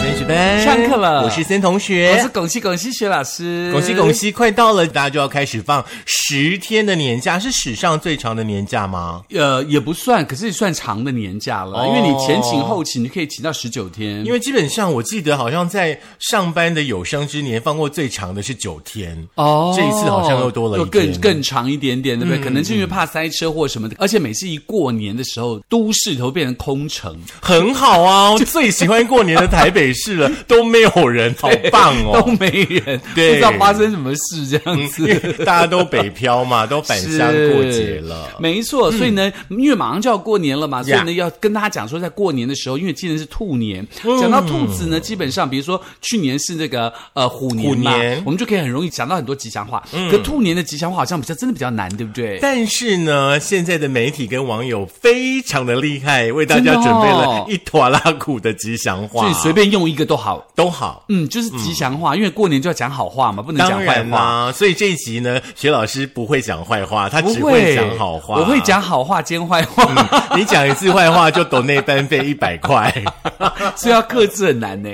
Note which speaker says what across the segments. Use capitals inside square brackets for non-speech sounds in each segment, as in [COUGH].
Speaker 1: 森学班
Speaker 2: 上课了
Speaker 1: 我是森同学，
Speaker 2: 我是拱西拱西学老师，
Speaker 1: 恭喜恭！喜，快到了，大家就要开始放十天的年假，是史上最长的年假吗？
Speaker 2: 呃，也不算，可是算长的年假了，
Speaker 1: 哦
Speaker 2: 因为你前请后请，你可以请到十九天。
Speaker 1: 因为基本上我记得好像在上班的有生之年放过最长的是九天，
Speaker 2: 哦
Speaker 1: 这一次好像又多了一
Speaker 2: 又
Speaker 1: 天
Speaker 2: 更更长一点点，对
Speaker 1: 嗯
Speaker 2: 不对？可能是因为怕塞车或什么的，而且每次一过年的时候，都市头变成空城，
Speaker 1: 很好
Speaker 2: [LAUGHS]
Speaker 1: 啊！我最喜欢过年的台北市了，都没有人，好棒
Speaker 2: [LAUGHS] 都
Speaker 1: 哦！
Speaker 2: 没人，
Speaker 1: 对嗯
Speaker 2: 不知道发生什么事这样
Speaker 1: 因
Speaker 2: 子。
Speaker 1: 为大家都北漂嘛，都返乡过节了嗯
Speaker 2: 是。没错。所以呢，因为马上就要过年了嘛，所以呢，要跟大家讲说，在过年的时候，因为今年是兔年，
Speaker 1: 嗯
Speaker 2: 讲到兔子呢，基本上比如说去年是那个呃虎年嘛
Speaker 1: 虎年，嗯
Speaker 2: 我们就可以很容易讲到很多吉祥话。可兔年的吉祥话好像比较真的比较难，对不对？
Speaker 1: 但是呢，现在的媒体跟网友非常的厉害，为大家
Speaker 2: 真
Speaker 1: 准
Speaker 2: 的
Speaker 1: 备
Speaker 2: 哦
Speaker 1: 了一坨拉苦的吉祥话，
Speaker 2: 所以随便用一个都好。
Speaker 1: 都好。
Speaker 2: 嗯，就是吉祥话，因为过年就要讲好话嘛，不能讲
Speaker 1: 当
Speaker 2: 坏
Speaker 1: 然
Speaker 2: 话。
Speaker 1: 啦，所以这一集呢，学老师不会讲坏话，他
Speaker 2: 不
Speaker 1: 只会讲好话。嗯
Speaker 2: 我会，讲好话兼坏话，
Speaker 1: 你讲一次坏话就抖内班费一百块。
Speaker 2: [LAUGHS] 所以要克制很难呢。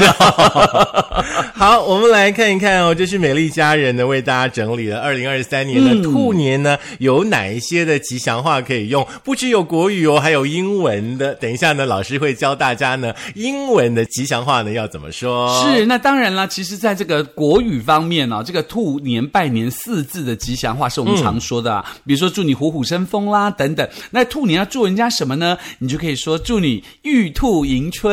Speaker 1: [LAUGHS] 好，我们来看一看哦，这是美丽家人呢为大家整理了二零二三年的
Speaker 2: 嗯
Speaker 1: 兔年呢、有哪一些的吉祥话可以用，不只有国语哦，还有英文的。等一下呢，老师会教大家呢英文的吉祥话呢要怎么说。
Speaker 2: 是，那当然啦。其实，在这个国语方面呢、这个兔年拜年四字的吉祥话是我们常说的啊，
Speaker 1: 嗯
Speaker 2: 比如说祝你虎虎生风啦等等。那兔年要祝人家什么呢？你就可以说祝你玉兔迎春，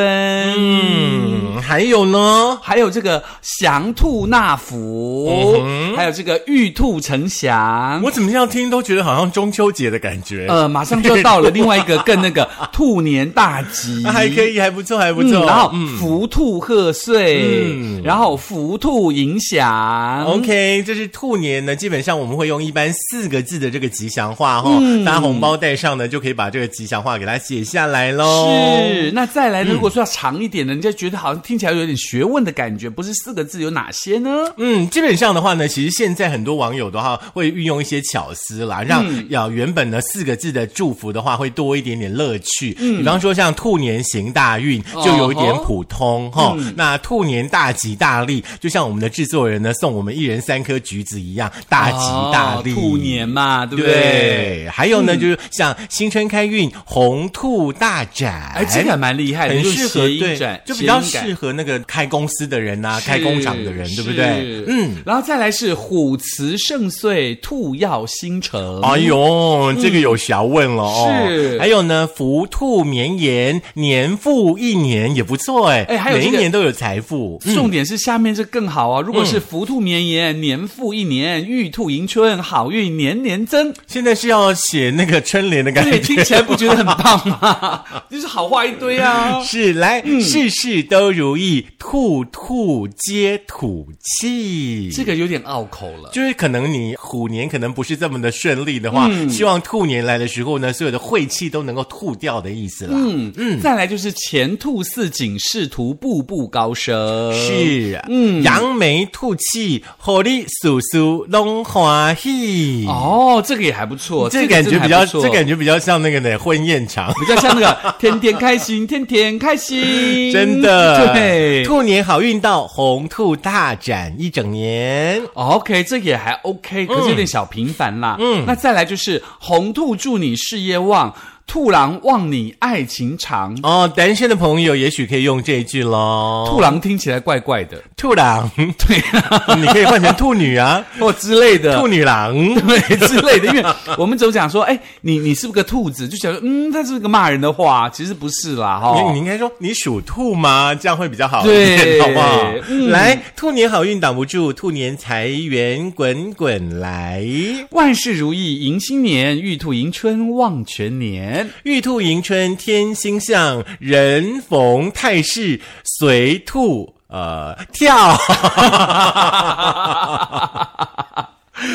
Speaker 1: 嗯，还有呢，
Speaker 2: 还有这个祥兔纳福，还有这个玉兔呈祥。
Speaker 1: 嗯我怎么样听都觉得好像中秋节的感觉。
Speaker 2: 嗯呃，马上就要到了另外一个更那个兔年大吉，
Speaker 1: 那 [LAUGHS] 还可。以，还不错，还不
Speaker 2: 嗯
Speaker 1: 错。，
Speaker 2: 然后福兔贺岁，
Speaker 1: 嗯哦
Speaker 2: 然后福兔迎祥。
Speaker 1: OK，这是兔年呢，基本上我们会用一般四个字的这个吉祥话哈、
Speaker 2: 嗯
Speaker 1: 大家红包袋上呢就可以把这个吉祥话给它写下来喽。
Speaker 2: 是，那再
Speaker 1: 嗯
Speaker 2: 来呢？如果说要长一点的，人家觉得好像听起来有点学问的感觉，不是四个字有哪些呢？
Speaker 1: 嗯，基本上的话呢，其实现在很多网友的话会运用一些巧思啦，让
Speaker 2: 嗯
Speaker 1: 要、原本呢四个字的祝福的话会多一点点乐趣。比方说像兔年行大运
Speaker 2: 嗯哦嗯
Speaker 1: 就有一点普通哈、那兔年大吉大利，就像我们的制作人呢送我们一人三颗橘子一样，大吉啊大利。
Speaker 2: 哦兔年嘛，对不嗯对？
Speaker 1: 对，还有呢，就是像新春开运，红兔大展，
Speaker 2: 哎，这个还蛮厉害的，
Speaker 1: 很
Speaker 2: 用
Speaker 1: 适合
Speaker 2: 谐音
Speaker 1: 对
Speaker 2: 转，，
Speaker 1: 就比较
Speaker 2: 谐音感
Speaker 1: 适合那个开公司的人呐、开工厂的人，对不对
Speaker 2: 是？
Speaker 1: 嗯。，
Speaker 2: 然后再来是虎辞盛岁，兔耀星辰。
Speaker 1: 哎呦，这个有学问了哦。
Speaker 2: 嗯是
Speaker 1: 还有呢，福兔绵延，年复一年也不错哎。
Speaker 2: 哎还有
Speaker 1: 每
Speaker 2: 这
Speaker 1: 一
Speaker 2: 个
Speaker 1: 年都有财富。嗯
Speaker 2: 重点是下面这更好啊！如果是福兔绵延，年复一年，玉兔迎春，好运年年增。
Speaker 1: 现在是要写那个春联的感
Speaker 2: 对，
Speaker 1: 觉。
Speaker 2: 听起来不觉得很
Speaker 1: [LAUGHS]
Speaker 2: 棒吗？就是好话一堆啊！
Speaker 1: 是来，事事都如意，兔兔皆吐气。
Speaker 2: 这个有点拗口了。
Speaker 1: 就是可能你虎年可能不是这么的顺利的话，
Speaker 2: 嗯
Speaker 1: 希望兔年来的时候呢，所有的晦气都能够吐掉的意思啦。
Speaker 2: 嗯嗯，再来就是前兔似锦，仕途步步高升。。
Speaker 1: 是，嗯，扬眉吐气，火力叔叔拢欢喜。
Speaker 2: 哦，这个也还不错，
Speaker 1: 这
Speaker 2: 个
Speaker 1: 感觉
Speaker 2: 真的
Speaker 1: 比较，
Speaker 2: 还不错
Speaker 1: 这感觉比较像那个呢婚宴场。
Speaker 2: 比较像那个天天开心， [LAUGHS] 天天开心，
Speaker 1: 真的，
Speaker 2: 嗯对。
Speaker 1: 兔年好运到，红兔大展一整年。
Speaker 2: 哦 OK，这也还 OK，可是有点小平凡啦。嗯，那再来就是红兔祝你事业旺，兔狼望你爱情长。
Speaker 1: 哦，单身的朋友也许可以用这一句喽。
Speaker 2: 兔狼听起来怪怪的，
Speaker 1: 兔郎， [LAUGHS]
Speaker 2: [LAUGHS] 对、啊，
Speaker 1: 你可以换成兔女
Speaker 2: [LAUGHS]
Speaker 1: 啊，
Speaker 2: 或哦之类的，
Speaker 1: 兔女郎。
Speaker 2: 对 [LAUGHS] 之类的，因为我们总讲说，哎，你你是不是个兔子？就想说，嗯，他是不是个骂人的话，其实不是啦，哈、
Speaker 1: 你你应该说你属兔吗？这样会比较好一
Speaker 2: 对
Speaker 1: 点，好不好？
Speaker 2: 嗯
Speaker 1: 来，兔年好运挡不住，兔年财源滚滚来，
Speaker 2: 万事如意，迎新年，玉兔迎春，望全年。
Speaker 1: 玉兔迎春添星象，人逢泰势随 [LAUGHS] 啊兔呃跳。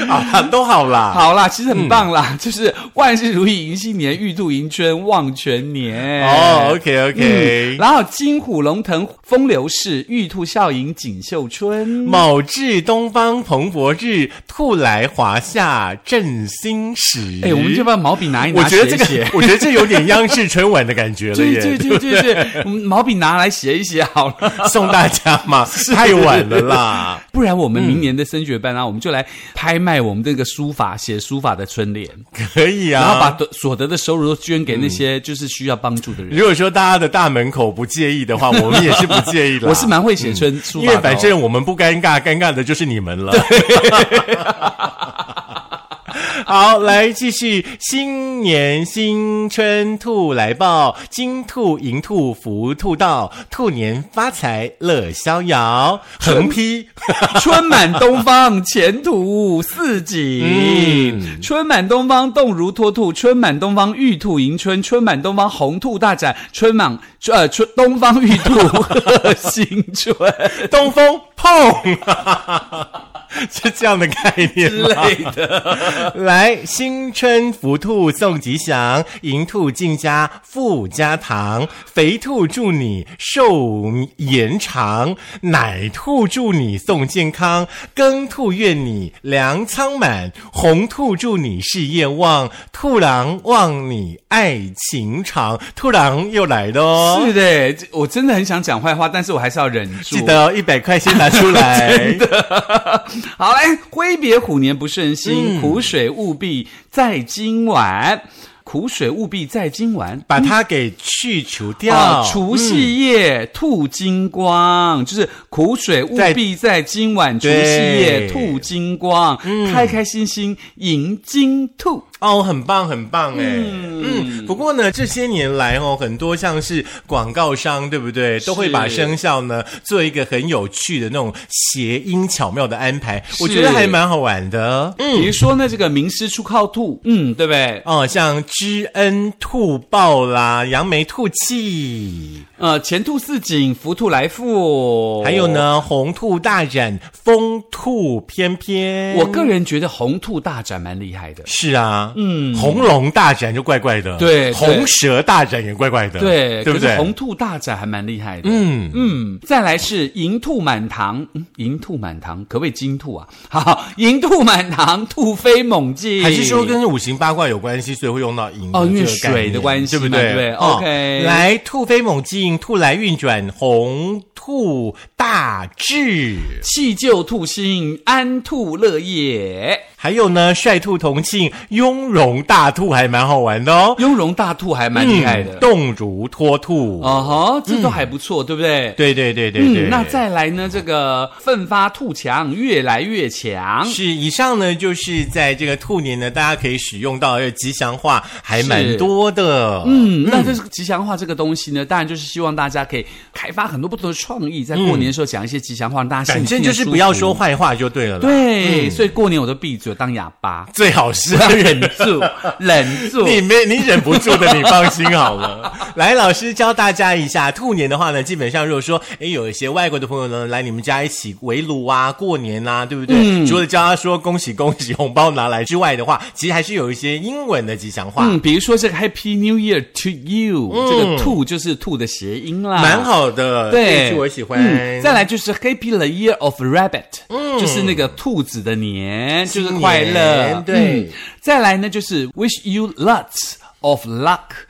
Speaker 1: 啊，嗯都好啦。
Speaker 2: 好啦，其实很棒啦，就是万事如意，迎新年，玉兔迎春，望全年。嗯
Speaker 1: 哦，OK OK，
Speaker 2: 然后金虎龙腾风流事，玉兔笑迎锦绣春。
Speaker 1: 卯至东方蓬勃日，兔来华夏振兴时。
Speaker 2: 哎，我们要不要毛笔拿一拿
Speaker 1: 我觉
Speaker 2: 写一写？
Speaker 1: 得这个，我觉得这有点央视春晚的感觉了
Speaker 2: [LAUGHS] 对
Speaker 1: 耶，
Speaker 2: 对对对对，我们毛笔拿来写一写好了。
Speaker 1: 送大家
Speaker 2: [LAUGHS]
Speaker 1: 嘛，太晚了啦。
Speaker 2: 不然我们明年的升学班啊，我们就来拍卖我们这个书法写书法的春联，
Speaker 1: 可以
Speaker 2: 然后把
Speaker 1: 啊。嗯
Speaker 2: 得所得的收入都捐给那些就是需要帮助的人。
Speaker 1: 如果说大家的大门口不介意的
Speaker 2: [LAUGHS]
Speaker 1: 话，我们也是不介意的。
Speaker 2: 我是蛮会写春书
Speaker 1: 因
Speaker 2: 法
Speaker 1: 为
Speaker 2: 的哦、
Speaker 1: 反正我们不尴尬，尴尬的就是你们了。 [LAUGHS] 好，来继续，新年新春兔来报，金兔银兔福兔到，兔年发财乐逍遥，横
Speaker 2: [LAUGHS]
Speaker 1: 批
Speaker 2: 春满东方，前途似锦。
Speaker 1: 嗯
Speaker 2: 嗯春满东方，动如脱兔；春满东方，玉兔迎春；春满东方，红兔大展；春满呃春东方玉兔 [LAUGHS] 贺新春
Speaker 1: 东风碰。啊 [LAUGHS] 是这样的概念
Speaker 2: 之
Speaker 1: 吗？
Speaker 2: 类的。
Speaker 1: 来，新春福兔送吉祥，银兔进家富家堂，肥兔祝你寿延长，奶兔祝你送健康，耕兔愿你粮仓满，红兔祝你事业旺，兔郎望你爱情长。兔郎又来了哦，
Speaker 2: 是的，这我真的很想讲坏话，但是我还是要忍住。
Speaker 1: 记得一百块先拿出
Speaker 2: [LAUGHS]
Speaker 1: 来。
Speaker 2: 好嘞，挥别虎年不顺
Speaker 1: 嗯
Speaker 2: 心，苦水务必在今晚。苦水务必在今晚。
Speaker 1: 把它给去除掉，
Speaker 2: 啊，除夕夜、吐金
Speaker 1: 嗯
Speaker 2: 光，就是苦水务
Speaker 1: 在
Speaker 2: 必在今晚除夕
Speaker 1: 对
Speaker 2: 夜吐金光，
Speaker 1: 嗯
Speaker 2: 开开心心迎金兔。
Speaker 1: 哦，很棒，很棒哎。嗯，不过呢，这些年来哦，很多像是广告商，对不对，都会把生肖呢做一个很有趣的那种谐音巧妙的安排，我觉得还蛮好玩的。嗯。
Speaker 2: 比如说呢，这个名师出靠兔，嗯，对不对？
Speaker 1: 哦，像知恩兔报啦，扬眉吐气，
Speaker 2: 呃，前兔似锦，福兔来富，
Speaker 1: 还有。呢，红兔大展，风兔翩翩。
Speaker 2: 我个人觉得红兔大展蛮厉害的，
Speaker 1: 是啊，嗯，红龙大展就怪怪的，
Speaker 2: 对对
Speaker 1: 红蛇大展也怪怪的，
Speaker 2: 对，
Speaker 1: 对不
Speaker 2: 可是
Speaker 1: 对？
Speaker 2: 红兔大展还蛮厉害的，
Speaker 1: 嗯
Speaker 2: 嗯，再来是银兔满堂，嗯，银兔满堂可不可以金兔啊？ [LAUGHS] 好，银兔满堂，兔飞猛进，
Speaker 1: 还是说跟五行八卦有关系，所以会用到银
Speaker 2: 哦因为
Speaker 1: 这个概念
Speaker 2: 水的关系
Speaker 1: 对
Speaker 2: 嘛
Speaker 1: 不
Speaker 2: 对不对 OK
Speaker 1: 来兔飞猛进，兔来运转，红兔大志，
Speaker 2: 弃旧兔新，安兔乐业，
Speaker 1: 还有呢，率兔同庆，雍容大兔还蛮好玩的哦，
Speaker 2: 雍容大兔还蛮厉害的
Speaker 1: 嗯，动如脱兔，
Speaker 2: 哦吼，这都还不错，对不对？
Speaker 1: 对对对对对。
Speaker 2: 嗯，那再来呢？这个奋发兔强，越来越强。
Speaker 1: 是以上呢，就是在这个兔年呢，大家可以使用到的吉祥话还蛮
Speaker 2: 是
Speaker 1: 多的。嗯。
Speaker 2: 嗯，那这是吉祥话这个东西呢，当然就是希望大家可以开发很多不同的创意，在过年的时候讲一些吉祥话，让大
Speaker 1: 反
Speaker 2: 家心里
Speaker 1: 正
Speaker 2: 听
Speaker 1: 就
Speaker 2: 得
Speaker 1: 是
Speaker 2: 舒
Speaker 1: 不要
Speaker 2: 服
Speaker 1: 说坏话就对嗯了啦。
Speaker 2: 对，所以过年我都闭嘴当哑
Speaker 1: [LAUGHS]
Speaker 2: 巴，
Speaker 1: 最好是
Speaker 2: 要忍
Speaker 1: [LAUGHS]
Speaker 2: 住，忍住。
Speaker 1: 你没你忍不住的，你放心好了。 [LAUGHS] 来，老师教大家一下，兔年的话呢，基本上如果说，诶有一些外国的朋友呢，来你们家一起围炉啊、过年啊，对不对？
Speaker 2: 嗯
Speaker 1: 除了教他说恭喜恭喜，红包拿来之外的话，其实还是有一些英文的吉祥话。
Speaker 2: 嗯，比如说这个 Happy New Year to you，、这个兔就是兔的谐音啦，
Speaker 1: 嗯蛮。好的，这一
Speaker 2: 啊对，
Speaker 1: 句我喜欢。
Speaker 2: 嗯再来就是 Happy the Year of Rabbit，嗯，就是那个兔子的年，就是快乐。
Speaker 1: 新年对
Speaker 2: 嗯再来呢就是 Wish you lots of luck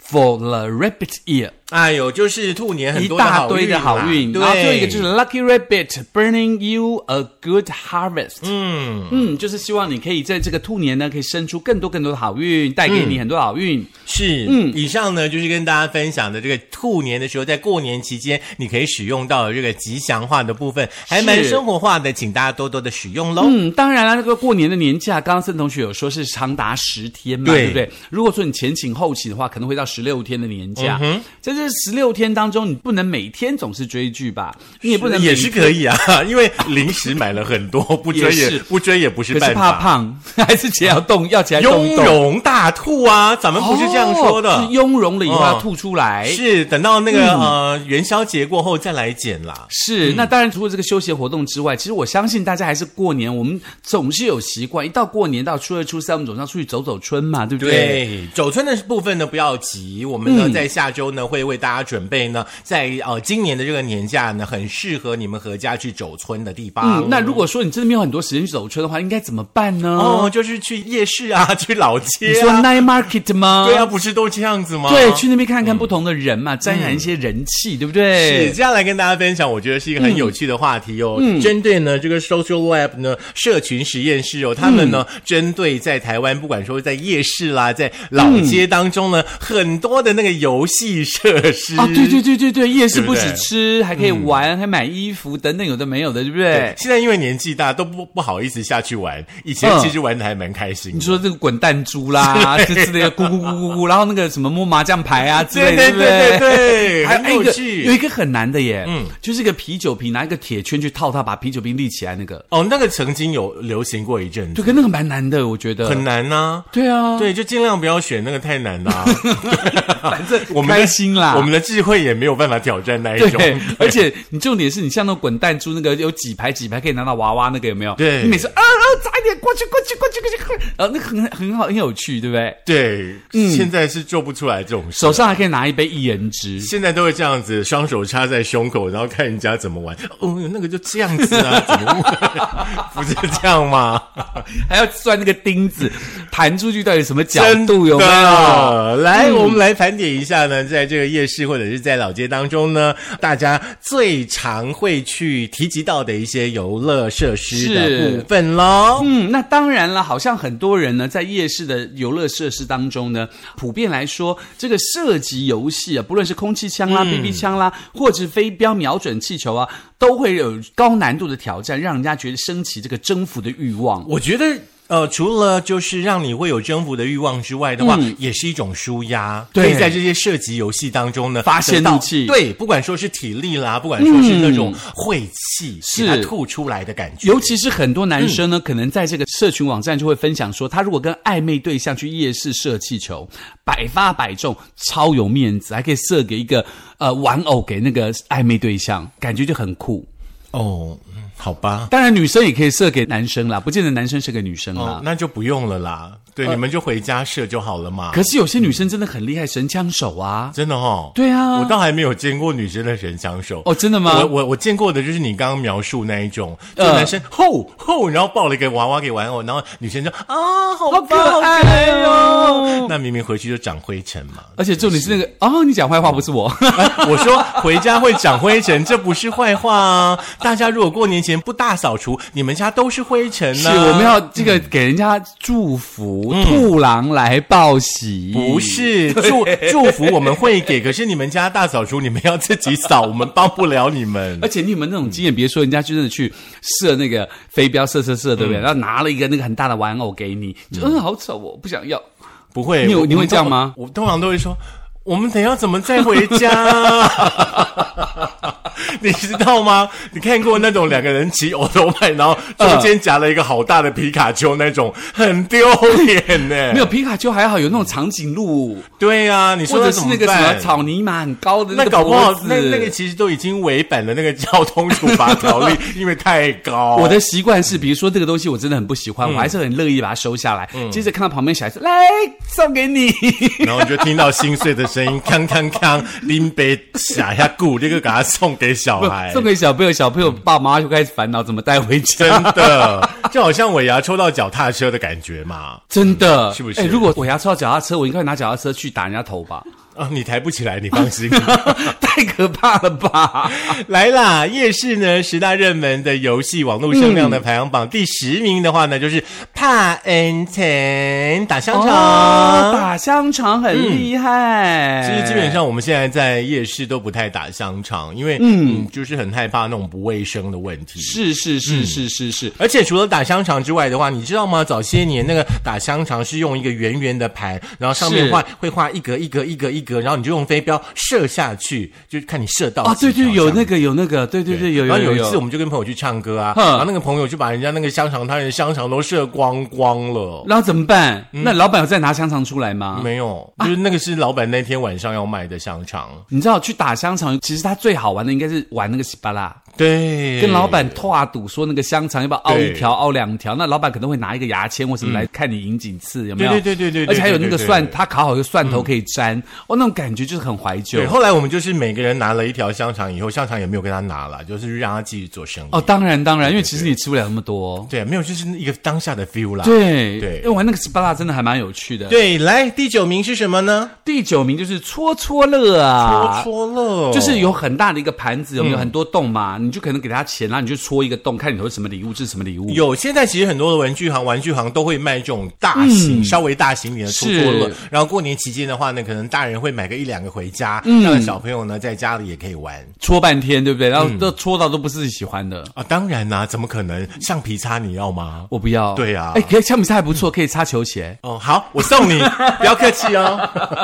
Speaker 2: for the Rabbit Year。
Speaker 1: 哎呦，就是兔年很
Speaker 2: 一
Speaker 1: 多的
Speaker 2: 大
Speaker 1: 好
Speaker 2: 堆的
Speaker 1: 啦
Speaker 2: 好运，
Speaker 1: 对，
Speaker 2: 然后最后一个就是 Lucky Rabbit burning you a good harvest。嗯嗯，就是希望你可以在这个兔年呢，可以生出更多更多的好运，带给你很多好运。
Speaker 1: 是，嗯，以上呢就是跟大家分享的这个兔年的时候，在过年期间你可以使用到的这个吉祥话的部分，还蛮
Speaker 2: 是
Speaker 1: 生活化的，请大家多多的使用喽。
Speaker 2: 嗯，当然了，那个过年的年假，刚刚森同学有说是长达十天嘛，
Speaker 1: 对嗯
Speaker 2: 对不对？如果说你前请后请的话，可能会到十六天的年假。在这这十六天当中，你不能每天总是追剧吧？你也不能
Speaker 1: 也
Speaker 2: 每
Speaker 1: 是可以啊，因为零食买了很多，不追
Speaker 2: 也
Speaker 1: 也
Speaker 2: 是
Speaker 1: 不追也不是
Speaker 2: 可是
Speaker 1: 办
Speaker 2: 怕
Speaker 1: 法。
Speaker 2: 胖， [LAUGHS] 还是起来要动，要起来动
Speaker 1: 雍
Speaker 2: 一动。
Speaker 1: 容大吐啊，咱们不是这样说的。
Speaker 2: 哦是哎嗯雍容了以后
Speaker 1: 嗯
Speaker 2: 要吐出来。
Speaker 1: 是等到那个、呃元宵节过后再来剪啦。
Speaker 2: 是，那当然除了这个休闲活动之外，其实我相信大家还是过年，我们总是有习惯，一到过年到初二、初三，我们总是要出去走走春嘛，对不嗯对？
Speaker 1: 对，走春的部分呢不要急，我们呢、在下周呢会为大家准备呢，在呃今年的这个年假呢，很适合你们合家去走春的地方。
Speaker 2: 嗯，那如果说你真的没有很多时间去走春的话，应该怎么办呢？
Speaker 1: 哦，就是去夜市啊，去老
Speaker 2: 嗯你
Speaker 1: 街
Speaker 2: 说
Speaker 1: 啊，
Speaker 2: night market 吗？
Speaker 1: 对啊，不是都这样子吗？
Speaker 2: 对，去那边看看不同的人嘛，沾染一些人气，对不对？
Speaker 1: 嗯是，接下哎来跟大家分享，我觉得是一个很有趣的话题哦。
Speaker 2: 嗯
Speaker 1: 针对呢这个 Social Lab 呢社群实验室
Speaker 2: 嗯
Speaker 1: 哦，他们呢、针对在台湾，不管说在夜市啦，在老
Speaker 2: 嗯
Speaker 1: 街当中呢，很多的那个游戏设施
Speaker 2: 啊，对对。对对对，夜市
Speaker 1: 对不
Speaker 2: 不
Speaker 1: 对嗯
Speaker 2: 止吃，还可以玩，还买衣服等等，有的没有的，对不
Speaker 1: 对
Speaker 2: 对，？
Speaker 1: 现在因为年纪大，都不不好意思下去玩。以前
Speaker 2: 嗯
Speaker 1: 其实玩的还蛮开心的。
Speaker 2: 你说这个滚蛋
Speaker 1: [LAUGHS]
Speaker 2: 猪啦，这之类的咕咕咕咕咕，然后那个什么摸麻将牌啊之类
Speaker 1: 对
Speaker 2: 的，
Speaker 1: 对
Speaker 2: 不
Speaker 1: 对对对，
Speaker 2: [LAUGHS] 还
Speaker 1: 很
Speaker 2: 有
Speaker 1: 有
Speaker 2: 一个有
Speaker 1: 趣。
Speaker 2: 一个很难的耶，
Speaker 1: 嗯
Speaker 2: 嗯，就是一个啤酒瓶，拿一个铁圈去套它，把啤酒瓶立起来那个，
Speaker 1: 哦，那个曾经有流行过一阵
Speaker 2: 对，
Speaker 1: 子，
Speaker 2: 跟那个蛮难的，我觉得。
Speaker 1: 很难呐、
Speaker 2: 对啊，
Speaker 1: 对，就尽量不要选那个太难的、
Speaker 2: [LAUGHS]
Speaker 1: 啊。
Speaker 2: 反正
Speaker 1: 我们的
Speaker 2: 开心啦，
Speaker 1: 我们的智慧也没有办法挑战那一种。
Speaker 2: 对，而且你重点是你像那种滚蛋猪那个有几排几排可以拿到娃娃那个有没有？
Speaker 1: 对
Speaker 2: 你每次啊啊早一点过去过去过去过去，快呃那个很很好很有趣，对不对？
Speaker 1: 对，
Speaker 2: 嗯
Speaker 1: 现在是做不出来这种事。
Speaker 2: 手上还可以拿一杯一人汁，
Speaker 1: 现在都会这样子，双手插在胸口，然后看人家怎么玩。哦，那个就这样子啊，怎么会 [LAUGHS] 不是这样吗？
Speaker 2: 还要算那个钉子弹出去到底什么角
Speaker 1: 真
Speaker 2: 度有没有？
Speaker 1: 的来，我们来盘点一下呢，在这个夜市或者是在老街当中呢，大家最常会去提及到的一些游乐设施的
Speaker 2: 是
Speaker 1: 部分喽。
Speaker 2: 嗯，那当然了，好像很多人呢，在夜市的游乐设施当中呢，普遍来说，这个射击游戏啊，不论是空气枪啦、BB 枪啦，或者飞镖瞄准气球啊，都会有高难度的挑战，让人家觉得升起这个征服的欲望。
Speaker 1: 我觉得。呃，除了就是让你会有征服的欲望之外的话，也是一种舒压。
Speaker 2: 嗯对
Speaker 1: 可以在这些射击游戏当中呢，
Speaker 2: 发泄
Speaker 1: 得到
Speaker 2: 怒气嗯
Speaker 1: 对，不管说是体力啦，不管说是那种晦气，
Speaker 2: 是
Speaker 1: 给它吐出来的感觉。
Speaker 2: 尤其是很多男生呢，可能在这个社群网站就会分享说，他如果跟暧昧对象去夜市射气球，百发百中，超有面子，还可以射给一个呃玩偶给那个暧昧对象，感觉就很酷。
Speaker 1: 哦，嗯好吧，
Speaker 2: 当然，女生也可以射给男生啦，不见得男生射给女生啦。
Speaker 1: 哦，那就不用了啦。对，你们就回家射就好了嘛。
Speaker 2: 呃可是有些女生真的很厉害，神枪手啊！
Speaker 1: 真的哦，
Speaker 2: 对啊
Speaker 1: 我倒还没有见过女生的神枪手。
Speaker 2: 哦，真的吗？
Speaker 1: 我我我见过的就是你刚刚描述那一种，就
Speaker 2: 呃
Speaker 1: 男生吼吼，然后抱了一个娃娃给玩偶，然后女生就啊，好
Speaker 2: 好
Speaker 1: 棒
Speaker 2: 可爱哦
Speaker 1: 那明明回去就长灰尘嘛。 [LAUGHS]
Speaker 2: 而且重点是那个哦，你讲坏话不是我，
Speaker 1: 哎我说回家会长灰尘，这不是坏话啊！大家如果过年前不大扫除，你们家都是灰尘
Speaker 2: [LAUGHS]
Speaker 1: 啊
Speaker 2: 是
Speaker 1: 呢、
Speaker 2: 我们要这个给人家祝福，兔狼来报喜，
Speaker 1: 不是祝祝福我们会给，可是你们家大扫除，你们要自己扫，我们帮不了你们
Speaker 2: 而。且你有没有那种经验？别说人家就真的去射那个飞镖，射射射，对不对？然后拿了一个那个很大的玩偶给你，就嗯，好丑哦，不想要。
Speaker 1: 不会，
Speaker 2: 你有
Speaker 1: 我
Speaker 2: 你会
Speaker 1: 我
Speaker 2: 这样吗
Speaker 1: 我通常都会说，我们等一下怎么再回家？ [LAUGHS] 你知道吗？你看过那种两个人骑欧头派，然后
Speaker 2: 嗯
Speaker 1: 中间夹了一个好大的皮卡丘那种，很丢脸呢、
Speaker 2: 没有皮卡丘还好，有那种长颈鹿，
Speaker 1: 对啊，你说
Speaker 2: 或者
Speaker 1: 那
Speaker 2: 是
Speaker 1: 怎
Speaker 2: 那个
Speaker 1: 办
Speaker 2: 什么草泥马很高的
Speaker 1: 那
Speaker 2: 个
Speaker 1: 搞不好
Speaker 2: 脖，子
Speaker 1: 那那个其实都已经违反了那个交通处罚条
Speaker 2: [LAUGHS]
Speaker 1: 例，因为太高。
Speaker 2: 我的习惯是，比如说这个东西我真的很不喜欢，我还是很乐意把它收下来。接着看到旁边小孩子来送给你，
Speaker 1: 然后你就听到心碎的声音，锵锵锵，拎杯下下鼓，这个给他送给小孩，
Speaker 2: 送给小朋友，小朋友爸妈就开始烦恼怎么带回家。
Speaker 1: 真的，就好像尾牙抽到脚踏车的感觉嘛。
Speaker 2: 真的
Speaker 1: 是不是
Speaker 2: 哎如果我要抽到脚踏车，我应该会拿脚踏车去打人家头吧？
Speaker 1: 啊，你抬不起来，你放
Speaker 2: [LAUGHS]
Speaker 1: 心。
Speaker 2: 太可怕了吧！
Speaker 1: 来啦，夜市呢十大热门的游戏网络声量
Speaker 2: 嗯
Speaker 1: 的排行榜、第十名的话呢，就是帕恩城打香肠。
Speaker 2: 哦，打香肠很厉害。
Speaker 1: 其实基本上我们现在在夜市都不太打香肠，因为嗯就是很害怕那种不卫生的问题。
Speaker 2: 是是是是是是，
Speaker 1: 而且除了打香肠之外的话，你知道吗？早些年那个打香肠是用一个圆圆的盘，然后上面
Speaker 2: 是
Speaker 1: 画会画一格一格一格一格，然后你就用飞镖射下去，就看你射到
Speaker 2: 啊，对
Speaker 1: 几条
Speaker 2: 对，有
Speaker 1: 上
Speaker 2: 那个有那个，对对对，有
Speaker 1: 然
Speaker 2: 有
Speaker 1: 后有一次我
Speaker 2: 有。
Speaker 1: 们就跟朋友去唱歌啊，
Speaker 2: 哼
Speaker 1: 然后那个朋友就把人家那个香肠摊的香肠都射光光了。
Speaker 2: 然后怎么办？那老板有再拿香肠出来吗？
Speaker 1: 嗯没有，就是那个是老板那天晚上要卖的香肠，
Speaker 2: 你知道去打香肠，其实他最好玩的应该是玩那个稀巴拉，
Speaker 1: 对，
Speaker 2: 跟老板拓啊赌说那个香肠要不要凹一条、凹两条，那老板可能会拿一个牙签或什么来看你赢几次，有没有？
Speaker 1: 对对对对对对
Speaker 2: 而且还有那个
Speaker 1: 对对对
Speaker 2: 蒜，他烤好一个蒜头可以沾，哦，那种感觉就是很怀旧
Speaker 1: 对，。后来我们就是每个人拿了一条香肠，以后香肠也没有跟他拿了，就是让他继续做生意。
Speaker 2: 哦，当然当然，因为其实你吃不了那么多。
Speaker 1: 对，没有，就是一个当下的 feel 啦。
Speaker 2: 对
Speaker 1: 对
Speaker 2: 因为玩那个稀巴拉真的还蛮有趣的。，
Speaker 1: 对，来第九名是什么呢？
Speaker 2: 第九名就是搓搓乐啊。
Speaker 1: 搓搓乐，
Speaker 2: 就是有很大的一个盘子，有没
Speaker 1: 嗯
Speaker 2: 有很多洞嘛？你就可能给他钱，然后你就戳一个洞，看你投什么礼物，这是什么礼物。
Speaker 1: 有，现在其实很多的文具行、玩具行都会卖这种大型、稍微大型一点的搓搓乐
Speaker 2: 是。
Speaker 1: 然后过年期间的话呢，可能大人会买个一两个回家，让小朋友呢在家里也可以玩。
Speaker 2: 戳半天，对不对？然后
Speaker 1: 嗯
Speaker 2: 都戳到都不是自己喜欢的。
Speaker 1: 啊，当然啦、怎么可能？橡皮擦你要吗？
Speaker 2: 我不要。
Speaker 1: 对啊
Speaker 2: 哎、可以橡皮擦还不错，可以擦球鞋。
Speaker 1: 哦，好，我送 [LAUGHS] 你，不要客气哦。 [LAUGHS]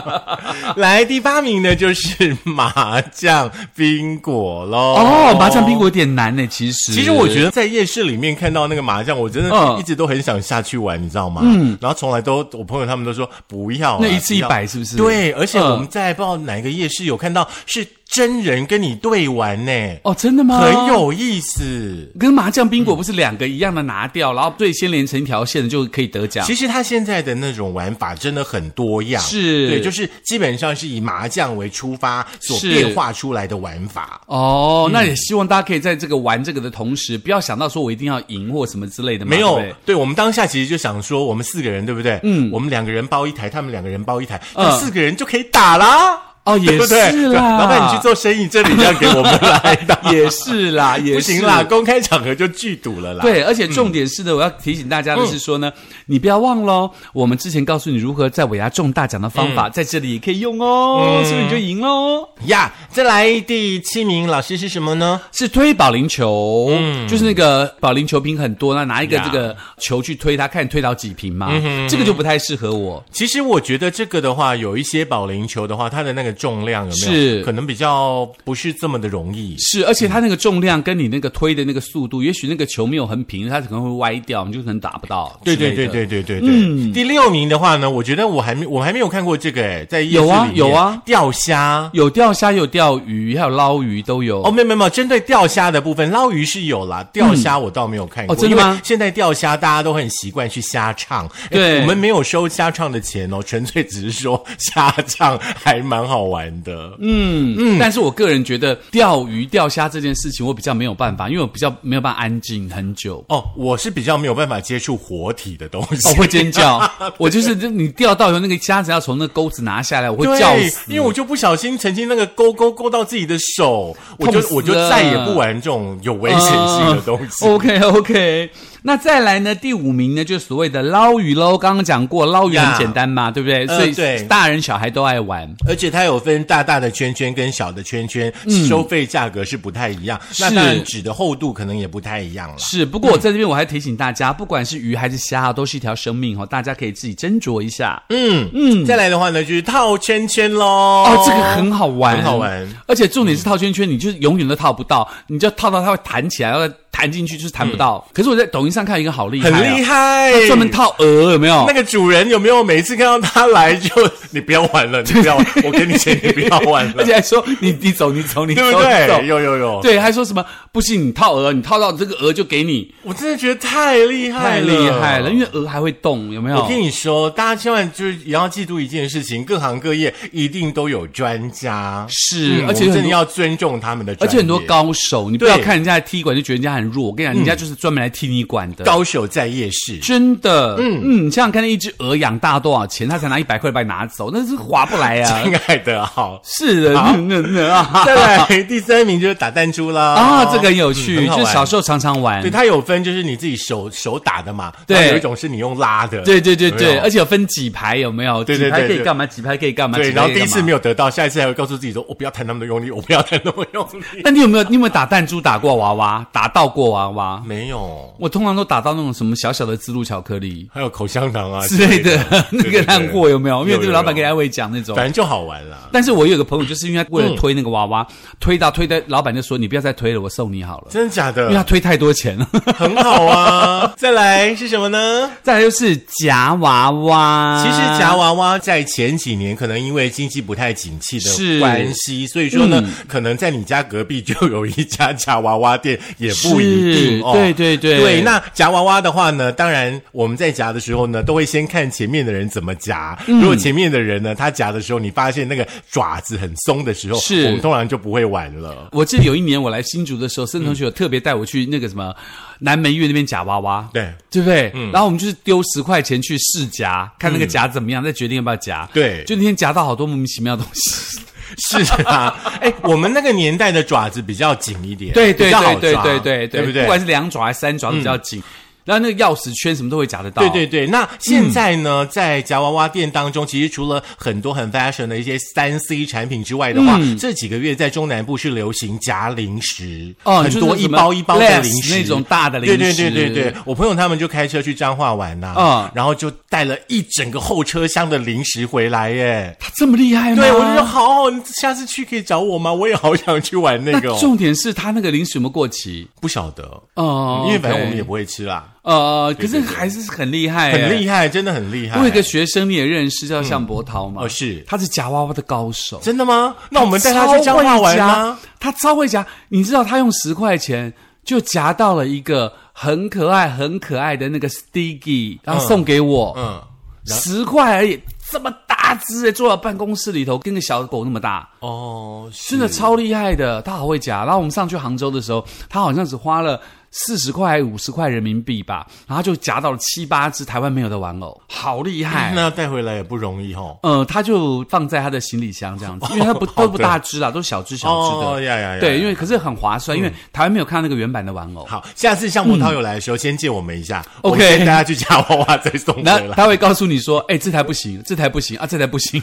Speaker 1: 来，第八名呢就是麻将冰果喽。
Speaker 2: 哦，麻将冰。果有点难呢，其实。
Speaker 1: 其实我觉得嗯在夜市里面看到那个麻将，我真的
Speaker 2: 嗯
Speaker 1: 一直都很想下去玩，你知道吗？嗯，然后从来都我朋友他们都说不要啊，
Speaker 2: 那一
Speaker 1: 不
Speaker 2: 次一
Speaker 1: 要
Speaker 2: 百是不是？
Speaker 1: 对，而且
Speaker 2: 嗯
Speaker 1: 我们在不知道哪个夜市有看到是真人跟你对玩呢，
Speaker 2: 哦，真的吗？
Speaker 1: 很。有意思。
Speaker 2: 跟麻将冰果不是两个一样的拿掉，然后最先连成一条线的就可以得奖。
Speaker 1: 其实它现在的那种玩法真的很多样，
Speaker 2: 是
Speaker 1: 对，就是基本上是以麻将为出发所
Speaker 2: 是
Speaker 1: 变化出来的玩法。嗯
Speaker 2: 哦，那也希望大家可以在这个玩这个的同时，不要想到说我一定要赢或什么之类的嘛。
Speaker 1: 没有，
Speaker 2: 对不对
Speaker 1: 我们当下其实就想说，我们四个人对不对？嗯，我们两个人包一台，他们两个人包一台，那
Speaker 2: 嗯
Speaker 1: 四个人就可以打啦。
Speaker 2: 哦
Speaker 1: [LAUGHS] 对不
Speaker 2: 也是
Speaker 1: 对？
Speaker 2: 啦
Speaker 1: 老板，你去做生意，这里要给我们来
Speaker 2: [LAUGHS]
Speaker 1: 的， [LAUGHS]
Speaker 2: 也是 [LAUGHS] 啦，也是
Speaker 1: 不行啦，公开场合就聚赌了啦。
Speaker 2: 对，而且重点是呢，我要提醒大家的是说呢，
Speaker 1: 嗯
Speaker 2: 你不要忘喽，我们之前告诉你如何在尾牙中大奖的方
Speaker 1: 嗯
Speaker 2: 法，在这里也可以用哦，所以你就赢哦喽。
Speaker 1: 呀再来第七名，老师是什么呢？
Speaker 2: 是推保龄球，就是那个保龄球瓶很多，那拿一
Speaker 1: 嗯
Speaker 2: 个
Speaker 1: 呀嗯
Speaker 2: 这个球去推它，看你推到几瓶嘛。这个就不太适合我。
Speaker 1: 其实我觉得这个的话，有一些保龄球的话，它的那个重量有没有？
Speaker 2: 是
Speaker 1: 可能比较不是这么的容易。
Speaker 2: 是，而且它那个重量跟你那个推的那个速
Speaker 1: 嗯
Speaker 2: 度，也许那个球没有很平，它可能会歪掉，你就可能打不到。
Speaker 1: 对对对。对对对对。嗯
Speaker 2: 嗯
Speaker 1: 第六名的话呢，我觉得我还没我还没有看过这个诶，在夜市
Speaker 2: 有啊
Speaker 1: 里面
Speaker 2: 有啊
Speaker 1: 钓虾。
Speaker 2: 有钓虾，有钓鱼，还有捞鱼都有。
Speaker 1: 哦，没有没有没有，针对钓虾的部分，捞鱼是有啦，钓虾我倒没有看过。
Speaker 2: 嗯哦真的吗
Speaker 1: 因为现在钓虾大家都很习惯去虾唱，诶
Speaker 2: 对
Speaker 1: 我们没有收虾唱的钱哦，纯粹只是说虾唱还蛮好玩的。
Speaker 2: 嗯，但是我个人觉得钓鱼钓虾这件事情，我比较没有办法，因为我比较没有办法安静
Speaker 1: [LAUGHS]
Speaker 2: 很久。
Speaker 1: 哦，我是比较没有办法接触活体的东西。
Speaker 2: 我哦会尖叫，我就是你钓到以后，那个虾子要从那个钩子拿下来，我会
Speaker 1: 对
Speaker 2: 叫死。
Speaker 1: 因为我就不小心曾经那个勾勾勾到自己的手，我就
Speaker 2: 痛死
Speaker 1: 我就
Speaker 2: 了
Speaker 1: 再也不玩这种有危险性的东西。
Speaker 2: OK OK，那再来呢？第五名呢，就是所谓的捞鱼喽。刚刚讲过，捞鱼
Speaker 1: 呀
Speaker 2: 很简单嘛，对不对？
Speaker 1: 呃
Speaker 2: 所
Speaker 1: 对嗯
Speaker 2: 以大人小孩都爱玩。
Speaker 1: 而且它有分大大的圈圈跟小的圈圈，收费价格是不太一样，那
Speaker 2: 嗯是
Speaker 1: 当然纸的厚度可能也不太一样了。
Speaker 2: 是，不过我在这边我还提醒大家，不管是鱼还是虾，都是一条生命哦，大家可以自己斟酌一下。
Speaker 1: 嗯嗯，再来的话呢，就是套圈圈喽。哦
Speaker 2: 哦，这个很好玩，
Speaker 1: 很好玩。
Speaker 2: 而且重点是套圈圈，你就是永远都套不到，你就套到它会弹起来，然后再弹进去就是弹不到。可是我在抖音上看一个好厉害、
Speaker 1: 嗯
Speaker 2: 啊
Speaker 1: 很厉，害，
Speaker 2: 专门套鹅，有没有
Speaker 1: 那？个主人有没有每次看到他来就 [LAUGHS] 你不要玩了，你不要玩，我给你钱，你不要玩了
Speaker 2: 而，且还说 [LAUGHS] 你你走你走你走
Speaker 1: 对
Speaker 2: 你
Speaker 1: 不
Speaker 2: 走
Speaker 1: 对？，有有有，
Speaker 2: 对，还说什么不信你套鹅，你套到这个鹅就给你，
Speaker 1: 我真的觉得太厉害
Speaker 2: 太
Speaker 1: 了，
Speaker 2: 厉害了，因为鹅还会动，有没有
Speaker 1: 我？跟你说，大家千万就是也要记住一件事情，各行各业一定都有专家，
Speaker 2: 是，
Speaker 1: 嗯
Speaker 2: 而
Speaker 1: 我
Speaker 2: 且
Speaker 1: 们真
Speaker 2: 很
Speaker 1: 的
Speaker 2: 多
Speaker 1: 要尊重他们的专业，
Speaker 2: 而且很多高手，你不要
Speaker 1: 对嗯
Speaker 2: 看人家来踢馆就觉得人家很弱，我跟你讲，人家就是专门来踢你馆的。
Speaker 1: 高手在夜市。
Speaker 2: 真的，嗯嗯，你想想看，那一只鹅养大多少钱，他才拿一百块把你拿走，那是划不来
Speaker 1: [LAUGHS]
Speaker 2: 啊。，
Speaker 1: 亲爱的，好
Speaker 2: [LAUGHS] 是的，那那那啊
Speaker 1: 再来 [LAUGHS] 第三名就是打弹珠啦。
Speaker 2: 啊，这个很有趣，
Speaker 1: 嗯很好
Speaker 2: 就
Speaker 1: 玩
Speaker 2: 是小时候常常玩
Speaker 1: 对。它有分，就是你自己手手打的嘛，
Speaker 2: 对
Speaker 1: 然后有一种是你用拉的，
Speaker 2: 对对对
Speaker 1: 有没
Speaker 2: 对，
Speaker 1: 有
Speaker 2: 而且有分几排，有没有？
Speaker 1: 对对
Speaker 2: 几排
Speaker 1: 对
Speaker 2: 可
Speaker 1: 对
Speaker 2: 以干嘛？几排可以干嘛？
Speaker 1: 对，
Speaker 2: 几排
Speaker 1: 然后
Speaker 2: 可以
Speaker 1: 第一
Speaker 2: 干
Speaker 1: 次
Speaker 2: 嘛
Speaker 1: 没有得到，下一次还会告诉自己说，我不要弹那么用力， [LAUGHS] 我不要
Speaker 2: [LAUGHS]
Speaker 1: 弹那么用力，
Speaker 2: 那你有没有你有没有打弹珠打过娃娃？打到过娃娃？
Speaker 1: 没有。
Speaker 2: 我通常都打到那种什么小小的滋露巧克力
Speaker 1: 还有口香糖啊
Speaker 2: 之类的 [LAUGHS] 那
Speaker 1: 对
Speaker 2: 个
Speaker 1: 对对
Speaker 2: 烂货有没有？因为
Speaker 1: 有
Speaker 2: 这个
Speaker 1: 有
Speaker 2: 老板
Speaker 1: 有嗯
Speaker 2: 给安慰奖那种
Speaker 1: 反。正就好玩啦。
Speaker 2: 但是我有一个朋友，就是因为他为了推那个娃娃，推到推到，老板就说你不要再推了，我送你好了，
Speaker 1: 真的假
Speaker 2: 因为他 [LAUGHS]
Speaker 1: 的？
Speaker 2: 推太多钱了。
Speaker 1: 很好啊！再来是什么呢？
Speaker 2: 再来就是夹娃娃，
Speaker 1: 其实夹娃娃在前几年可能因为经济不太景气
Speaker 2: 是
Speaker 1: 的
Speaker 2: 嗯
Speaker 1: 关系，所以说呢，可能在你家隔壁就有一家夹娃娃店，也不一定
Speaker 2: 是
Speaker 1: 哦。
Speaker 2: 对对对
Speaker 1: 对，那夹娃娃的话呢，当然我们在夹的时候呢，都会先看前面的人怎么夹。
Speaker 2: 嗯
Speaker 1: 如果前面的人呢，他夹的时候，你发现那个爪子很松的时候，
Speaker 2: 是
Speaker 1: 我们通常就不会玩了。
Speaker 2: 我记得有一年我来新竹的时候，森同学有特别带我去那个什么南门医院那边夹娃娃，
Speaker 1: 对
Speaker 2: 对不对？然后我们就是丢十块钱去试夹，看那个夹怎么样，再决定要不要夹。
Speaker 1: 对
Speaker 2: 就那天夹到好多莫名其妙的东西。
Speaker 1: 是啊， [LAUGHS] 哎，我们那个年代的爪子比较紧一点，
Speaker 2: [LAUGHS] 对对
Speaker 1: 比较好
Speaker 2: 对对
Speaker 1: 抓
Speaker 2: 对对
Speaker 1: 对不
Speaker 2: 对，
Speaker 1: 对？
Speaker 2: 不管是两爪还是三爪都比较紧，然后那个钥匙圈什么都会夹得到。嗯
Speaker 1: 对对对，那现在呢，在夹娃娃店当中，其实除了很多很 fashion 的一些三 C 产品之外的话，
Speaker 2: 嗯
Speaker 1: 这几个月在中南部是流行夹零食，
Speaker 2: 哦
Speaker 1: 很
Speaker 2: 就
Speaker 1: 多
Speaker 2: 是什
Speaker 1: 一
Speaker 2: 么
Speaker 1: 包一包的
Speaker 2: Lay's
Speaker 1: 零食，
Speaker 2: 那种大的零食
Speaker 1: 对对对对对，我朋友他们就开车去彰化玩呐、
Speaker 2: 嗯
Speaker 1: 然后就带了一整个后车厢的零食回来耶。
Speaker 2: 他这么厉害吗？
Speaker 1: 对，我就说好，你下次去可以找我吗？我也好想去玩那
Speaker 2: 那
Speaker 1: 个、哦，
Speaker 2: 重点是他那个零食有没有过期？
Speaker 1: 不晓得，
Speaker 2: 哦，
Speaker 1: 因为反正我们也
Speaker 2: OK
Speaker 1: 不会吃啦，
Speaker 2: 呃，可是还是很厉害，
Speaker 1: 很厉害，真的很厉害。
Speaker 2: 我有一个学生你也认识，叫向博涛嘛，
Speaker 1: 哎哦是
Speaker 2: 他是夹娃娃的高手。
Speaker 1: 真的吗？那我们带他去彰化玩吗？
Speaker 2: 他超会夹，你知道他用十块钱就夹到了一个很可爱、很可爱的那个 Sticky，然后送给我，
Speaker 1: 嗯，
Speaker 2: 十块而已，这么大只诶，坐到办公室里头跟个小狗那么大，
Speaker 1: 哦，
Speaker 2: 真的超厉害的，他好会夹。然后我们上去杭州的时候，他好像只花了。四十块、五十块人民币吧，然后就夹到了七八只台湾没有的玩偶，好厉害！
Speaker 1: 那带回来也不容易哦。
Speaker 2: 呃，他就放在他的行李箱这样子，因为他不
Speaker 1: 好的
Speaker 2: 都不大只啦，都小只小只的。
Speaker 1: 哦嗯呀呀呀
Speaker 2: 对，因为可是很划算，因为台湾没有看到那个原版的玩偶，
Speaker 1: 好，下次向波涛有来的时候，先借我们一下
Speaker 2: 嗯 OK
Speaker 1: 我们先带他去夹娃娃，再送回
Speaker 2: 那
Speaker 1: 来。
Speaker 2: 他会告诉你说，哎，这台不行，这台不行啊，这台
Speaker 1: [LAUGHS]
Speaker 2: 不行。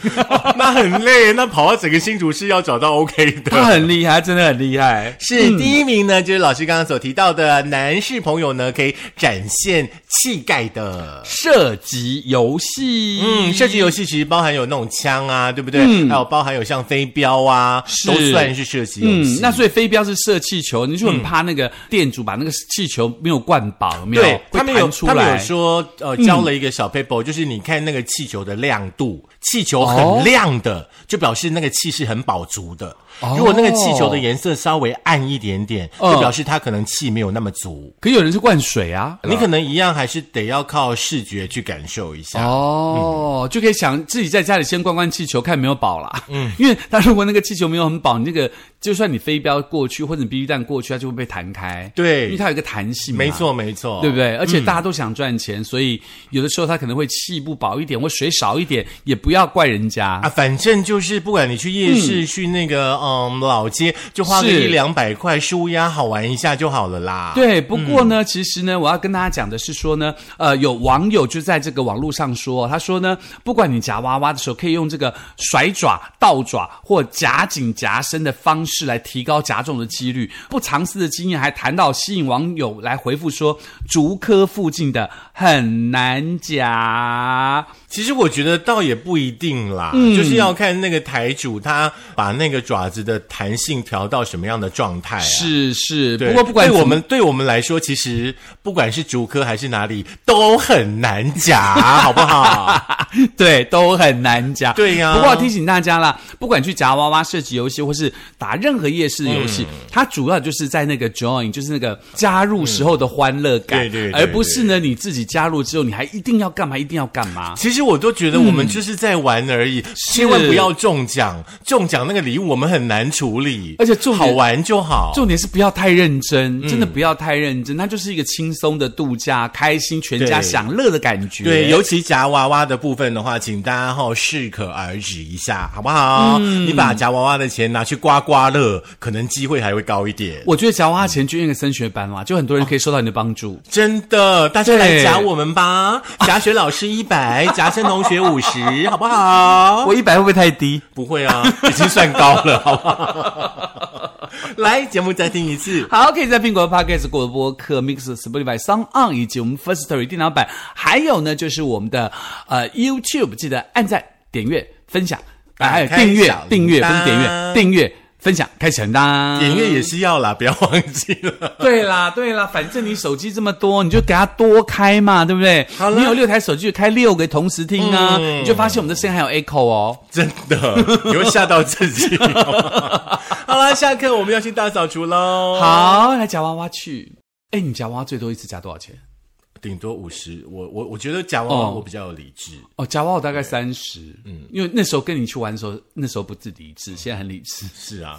Speaker 1: 那很累，那跑到整个新竹市要找到 OK
Speaker 2: 他
Speaker 1: 的。
Speaker 2: 很厉害，真的很厉害。
Speaker 1: 是第一名呢，就是老师刚刚所提到的男士朋友呢，可以展现气概的。
Speaker 2: 射击游戏，
Speaker 1: 嗯，射击游戏其实包含有那种枪啊，对不对？还有包含有像飞镖啊，
Speaker 2: 嗯是
Speaker 1: 都算是射击游
Speaker 2: 嗯
Speaker 1: 戏，。
Speaker 2: 那所以飞镖是射气球，你就很怕那个店主把那个气球没有灌饱，有没有
Speaker 1: 对，
Speaker 2: 会
Speaker 1: 他们有
Speaker 2: 弹出
Speaker 1: 他们有
Speaker 2: 来。嗯
Speaker 1: 说，呃，教了一个小 paper，、就是你看那个气球的亮度，气球很亮的，就表示那个气是很饱足的。
Speaker 2: 哦
Speaker 1: 如果那个气球的颜色稍微暗一点点，
Speaker 2: 嗯
Speaker 1: 就表示它可能气没有那么足。
Speaker 2: 可有人是灌水啊，
Speaker 1: 你可能一样还是得要靠视觉去感受一下。
Speaker 2: 哦，就可以想自己在家里先灌灌气球，看有没有饱啦。嗯， [LAUGHS] 因为他如果那个气球没有很饱，你那个就算你飞镖过去或者你 BB 弹过去，它就会被弹开。
Speaker 1: 对
Speaker 2: 因为它有一个弹性嘛，
Speaker 1: 没，错，嗯没错，
Speaker 2: 对不？对？而且大家都想赚钱，所以有的时候他可能会气不饱一点，或水少一点，也不要怪人家。
Speaker 1: 啊，反正就是不管你去夜市、去那个嗯老街，就花个
Speaker 2: 是
Speaker 1: 一两百块，舒压好玩一下就好了啦。
Speaker 2: 对，不过呢，
Speaker 1: 嗯
Speaker 2: 其实呢，我要跟大家讲的是说呢，呃，有网友就在这个网络上说，他说呢，不管你夹娃娃的时候，可以用这个甩爪、倒爪或夹紧夹伸的方式来提高夹中的几率。不藏私的经验还谈到吸引网友来回复说，竹科附近的很难
Speaker 1: 哎
Speaker 2: 夹。
Speaker 1: 其实我觉得倒也不一定啦，
Speaker 2: 嗯
Speaker 1: 就是要看那个台主他把那个爪子的弹性调到什么样的状态、啊。。
Speaker 2: 是是，
Speaker 1: 对
Speaker 2: 不过不管
Speaker 1: 对我
Speaker 2: 怎么
Speaker 1: 们对我们来说，其实不管是竹科还是哪里，都很难夹，好不
Speaker 2: [LAUGHS]
Speaker 1: 好？
Speaker 2: 对，都很难夹。
Speaker 1: 对呀
Speaker 2: 不过要提醒大家啦，不管去夹娃娃、射击游戏，或是打任何夜市的游戏，
Speaker 1: 嗯
Speaker 2: 它主要就是在那个 join，就是那个加入时候的欢乐
Speaker 1: 嗯
Speaker 2: 感，
Speaker 1: 对对对哦
Speaker 2: 而不是呢你自己加入之后，你还一定要干嘛，一定要干嘛。
Speaker 1: 其实我都觉得我们就是在玩而已，千万不要中奖，中奖那个礼物我们很难处理，
Speaker 2: 而且重
Speaker 1: 好
Speaker 2: 点
Speaker 1: 玩就好。
Speaker 2: 重点是不要太认真，
Speaker 1: 嗯
Speaker 2: 真的不要太认真，它就是一个轻松的度假，开心全家
Speaker 1: 对
Speaker 2: 享乐的感觉。
Speaker 1: 对，尤其夹娃娃的部分的话，请大家哈、适可而止一下，好不好？你把夹娃娃的钱拿去刮刮乐，可能机会还会高一点。
Speaker 2: 我觉得夹娃娃钱捐一个升学班嘛，就很多人可以受到你的帮助。
Speaker 1: 真的，大家
Speaker 2: 对
Speaker 1: 来夹我们吧！夹雪老师一 [LAUGHS] 百，夹森同学五十，好不好？ [LAUGHS]
Speaker 2: 我一百会不会太低？
Speaker 1: [LAUGHS] 不会啊，已经算高了，好不好？来，节目再听一次。
Speaker 2: 好，可以在苹果 Podcast、果播客、Mix、Spotify、Sound On 以及我们 First Story 电脑版，还有呢就是我们的呃 YouTube，记得按赞、点阅、分享，啊还有
Speaker 1: 哎打开
Speaker 2: 订阅
Speaker 1: 小、
Speaker 2: 订阅不是点
Speaker 1: 铃铛
Speaker 2: 阅、订阅、分享、开小铃铛，
Speaker 1: 点阅也是要啦，不要忘记了。
Speaker 2: 对啦，对啦，反正你手机这么多，你就给它多开嘛，对不对？
Speaker 1: 好了
Speaker 2: 你有六台手机，开六个同时听啊，
Speaker 1: 嗯
Speaker 2: 你就发现我们的声音还有 echo 哦。
Speaker 1: 真 [LAUGHS] 的，你会吓到自己哦。 [LAUGHS] 好啦，下课我们要去大扫除喽。，
Speaker 2: 好，来夹娃娃去。哎，你夹娃娃最多一次夹多少钱？
Speaker 1: 顶多五十。我我我觉得夹娃娃
Speaker 2: 哦
Speaker 1: 我比较有理智。
Speaker 2: 哦，夹娃娃大概三十，嗯，因为那时候跟你去玩的时候，那时候不是理智，现在很理智。
Speaker 1: 是啊，